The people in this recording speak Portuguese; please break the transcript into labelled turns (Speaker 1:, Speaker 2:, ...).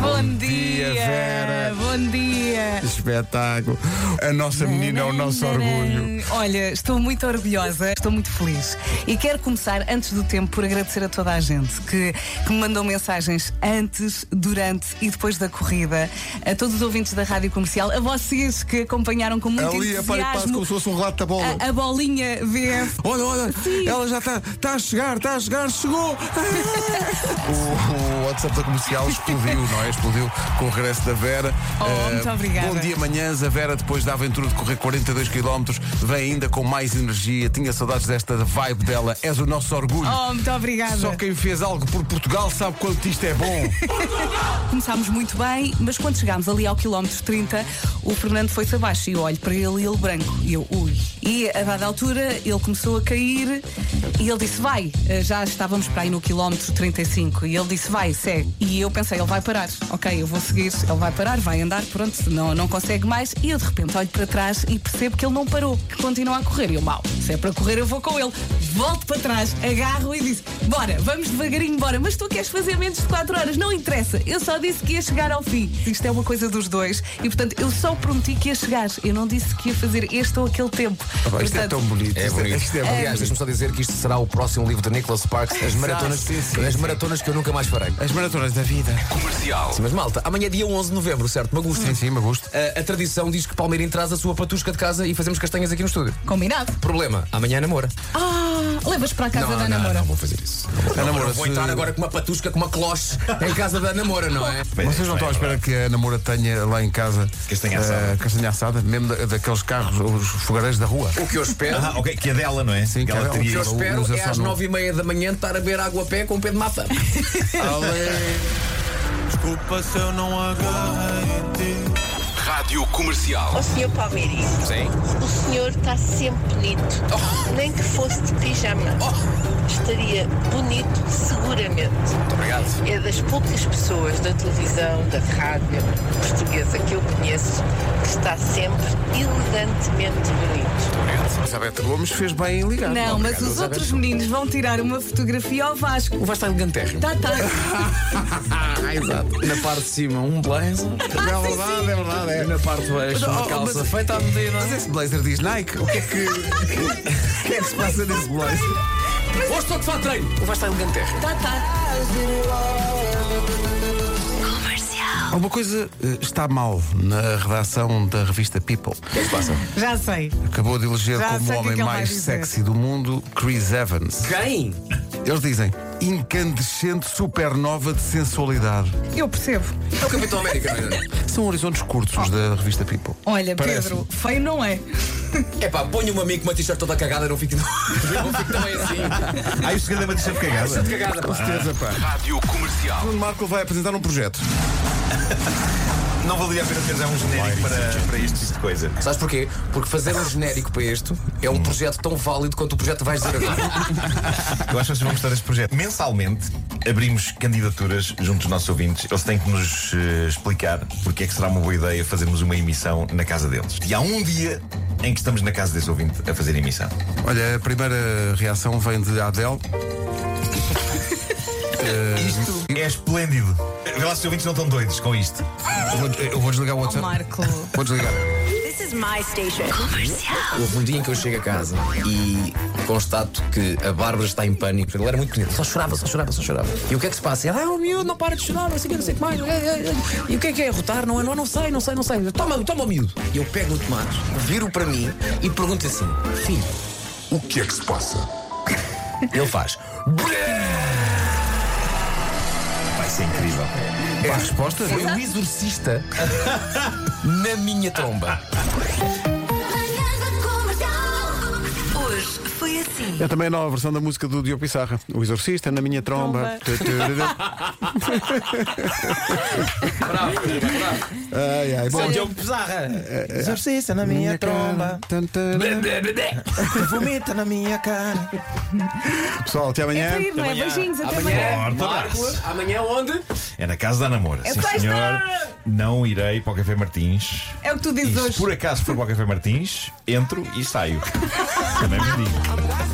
Speaker 1: Bom,
Speaker 2: dia, Vera.
Speaker 1: Bom dia.
Speaker 2: Espetáculo. A nossa menina é o nosso orgulho.
Speaker 1: Olha, estou muito orgulhosa, estou muito feliz. E quero começar, antes do tempo, por agradecer a toda a gente que, que me mandou mensagens antes, durante e depois da corrida. A todos os ouvintes da Rádio Comercial, a vocês que acompanharam com muito
Speaker 2: Ali apare passa como
Speaker 1: entusiasmo
Speaker 2: se fosse um relato da bola.
Speaker 1: a, a bolinha VF.
Speaker 2: Olha, olha, ela já está tá a chegar, está a chegar, chegou! o, o WhatsApp da comercial explodiu, não é? Explodiu com o regresso da Vera.
Speaker 1: Oh,
Speaker 2: Eh,
Speaker 1: muito obrigada.
Speaker 2: Bom dia, manhãs. A Vera, depois da aventura de correr 42 km, vem ainda com mais energia. Tinha saudades desta vibe dela. És o nosso orgulho.
Speaker 1: Oh, muito obrigada.
Speaker 2: Só quem fez algo por Portugal sabe quanto isto é bom.
Speaker 1: Começámos muito bem, mas quando chegámos ali ao quilómetro 30, o Fernando foi-se abaixo e eu olho para ele e ele branco. E eu, ui. E a dada altura ele começou a cair e ele disse: Vai, Eh, já estávamos para aí no quilómetro 35. E ele disse: Vai, segue. E eu pensei: Ele vai parar. Ok, eu vou seguir. Ele vai parar, vai andar, pronto, não, não consegue mais. E eu de repente olho para trás e percebo que ele não parou, que continua a correr. E eu, mal, se é para correr, eu vou com ele. Volto para trás, agarro e disse: Bora, vamos devagarinho, bora. Mas tu queres fazer menos de 4 horas? Não interessa. Eu só disse que ia chegar ao fim. Isto é uma coisa dos dois. E portanto, eu só prometi que ia chegar. Eu não disse que ia fazer este ou aquele tempo.
Speaker 2: Pá, isto é
Speaker 1: Portanto,
Speaker 2: tão bonito.
Speaker 3: É
Speaker 2: Isto
Speaker 3: bonito.
Speaker 2: Isto é
Speaker 3: Aliás,
Speaker 2: bonito.
Speaker 3: deixa-me só dizer que isto será o próximo livro de Nicholas Sparks, as maratonas,
Speaker 2: sim, sim,
Speaker 3: as maratonas que eu nunca mais farei.
Speaker 2: As maratonas da vida.
Speaker 3: Sim, mas malta, amanhã é dia 11 de novembro, certo? Magusto.
Speaker 2: Sim, sim, me gosto.
Speaker 3: A, a tradição diz que Palmeirinho traz a sua patusca de casa e fazemos castanhas aqui no estúdio.
Speaker 1: Combinado.
Speaker 3: Problema, amanhã é namora.
Speaker 1: Ah, levas para a casa da
Speaker 3: não,
Speaker 1: namora.
Speaker 3: não vou fazer isso.
Speaker 2: A namora,
Speaker 3: Não vou
Speaker 2: se-
Speaker 3: entrar agora com uma patusca, com uma cloche em casa da namora, não é?
Speaker 2: Vocês não estão à espera que a namora tenha lá em casa
Speaker 4: Castanha
Speaker 2: eh,
Speaker 4: assada.
Speaker 2: castanha assada, mesmo da- daqueles carros, os fogareiros da rua.
Speaker 3: O que eu espero.
Speaker 4: Ah, ok, que é dela, não é?
Speaker 2: Sim, que é
Speaker 4: ela
Speaker 2: dela.
Speaker 3: O que
Speaker 4: teria.
Speaker 3: eu
Speaker 2: Ela
Speaker 3: espero
Speaker 2: usa
Speaker 3: é
Speaker 2: só
Speaker 3: às
Speaker 2: no-
Speaker 3: nove e meia da manhã estar a beber água a pé com o pé de maçã.
Speaker 5: Desculpa se eu não agarrei em ti.
Speaker 6: Rádio Comercial.
Speaker 7: Ó senhor Palmeiras,
Speaker 3: Sim. Oh.
Speaker 7: o senhor está sempre bonito. Nem que fosse de pijama. Estaria bonito, seguramente.
Speaker 3: Muito obrigado.
Speaker 7: É das poucas pessoas da televisão, da rádio portuguesa que eu conheço que está sempre elegantemente bonito.
Speaker 2: Elizabeth Gomes fez bem em ligar.
Speaker 1: Não, mas os outros meninos vão tirar uma fotografia ao Vasco.
Speaker 3: O Vasco está elegantérrimo.
Speaker 1: Tá, tá.
Speaker 3: Ah, exato. Na parte de cima, um blazer.
Speaker 1: Ah,
Speaker 2: é verdade, é verdade.
Speaker 3: E na parte de baixo, uma calça feita à medida.
Speaker 2: Mas esse blazer diz Nike. O que é que, o que, é que se passa nesse blazer?
Speaker 3: Hoje estou de fato treino. O Vasco está elegantérrimo.
Speaker 1: Tá, tá.
Speaker 2: Há Uma coisa eh, está mal na redação da revista People.
Speaker 4: é
Speaker 1: Já sei.
Speaker 2: Acabou de eleger
Speaker 1: Já
Speaker 2: como
Speaker 1: sei o que
Speaker 2: o
Speaker 1: é
Speaker 2: homem
Speaker 1: que ele vai
Speaker 2: mais
Speaker 1: dizer.
Speaker 2: sexy do mundo Chris Evans.
Speaker 3: Quem?
Speaker 2: Eles dizem incandescente supernova de sensualidade.
Speaker 1: Eu percebo.
Speaker 3: É o Capitão América, não é?
Speaker 2: São horizontes curtos da revista People.
Speaker 1: Oh. Olha,
Speaker 2: Parece.
Speaker 1: Pedro, feio não é?
Speaker 3: É pá, ponho uma amigo com uma t-shirt toda cagada e não fico, não fico também assim.
Speaker 4: Ah, e o segredo é uma t-shirt cagada.
Speaker 3: T-shirt cagada, pá.
Speaker 2: Certeza, pá.
Speaker 6: Rádio Comercial.
Speaker 2: Nuno Marco vai apresentar um projeto.
Speaker 4: Não valeria a pena ter já um genérico para, para este tipo de coisa.
Speaker 3: Sabes porquê? Porque fazer um genérico para isto é um projeto tão válido quanto o projeto que vais dizer agora.
Speaker 4: Eu acho que vocês vão gostar deste projeto. Mensalmente abrimos candidaturas junto dos nossos ouvintes. Eles têm que nos eh, explicar porque é que será uma boa ideia fazermos uma emissão na casa deles. E há um dia em que estamos na casa desse ouvinte a fazer emissão.
Speaker 2: Olha, a primeira reação vem de Adele.
Speaker 4: Isto é esplêndido. Vê lá se os ouvintes não estão doidos com isto.
Speaker 2: Eu vou, eu vou desligar o
Speaker 1: Oh,
Speaker 2: WhatsApp.
Speaker 1: Marco.
Speaker 2: Vou desligar.
Speaker 8: This is my station.
Speaker 3: Houve um dia em que eu chego a casa e constato que a Bárbara está em pânico. Ela era muito bonita, só chorava, só chorava, só chorava. E o que é que se passa? Ela, ah, o miúdo não para de chorar, não sei o que, não sei o que mais. E o que é que é rotar? Não é, não, não sei, não sei, não sei. Toma, toma o miúdo. E eu pego no tomate, viro para mim e pergunto assim: filho, o que é que se passa? Ele faz.
Speaker 4: Vai ser incrível.
Speaker 2: É a resposta?
Speaker 3: Foi o exorcista na minha tromba.
Speaker 8: Hoje foi assim.
Speaker 2: É também a nova versão da música do Diogo Pissarra. O Exorcista, na minha tromba.
Speaker 3: Bravo, bravo.
Speaker 2: ai, ai, bom.
Speaker 1: Diogo
Speaker 5: Pizarra. Exorcista na minha tromba. Vomita na minha cara.
Speaker 2: Pessoal, até
Speaker 1: É
Speaker 2: amanhã.
Speaker 1: para ir, não é? Beijinhos, até amanhã.
Speaker 3: Amanhã,
Speaker 4: Bora,
Speaker 3: Marcos, amanhã onde?
Speaker 4: É na casa da namora.
Speaker 1: É
Speaker 4: Sim,
Speaker 1: sexta!
Speaker 4: senhor. Não irei para o Café Martins.
Speaker 1: É o que tu
Speaker 4: E
Speaker 1: dizes
Speaker 4: se
Speaker 1: hoje.
Speaker 4: por acaso for para o Café Martins, entro e saio. Também me digo.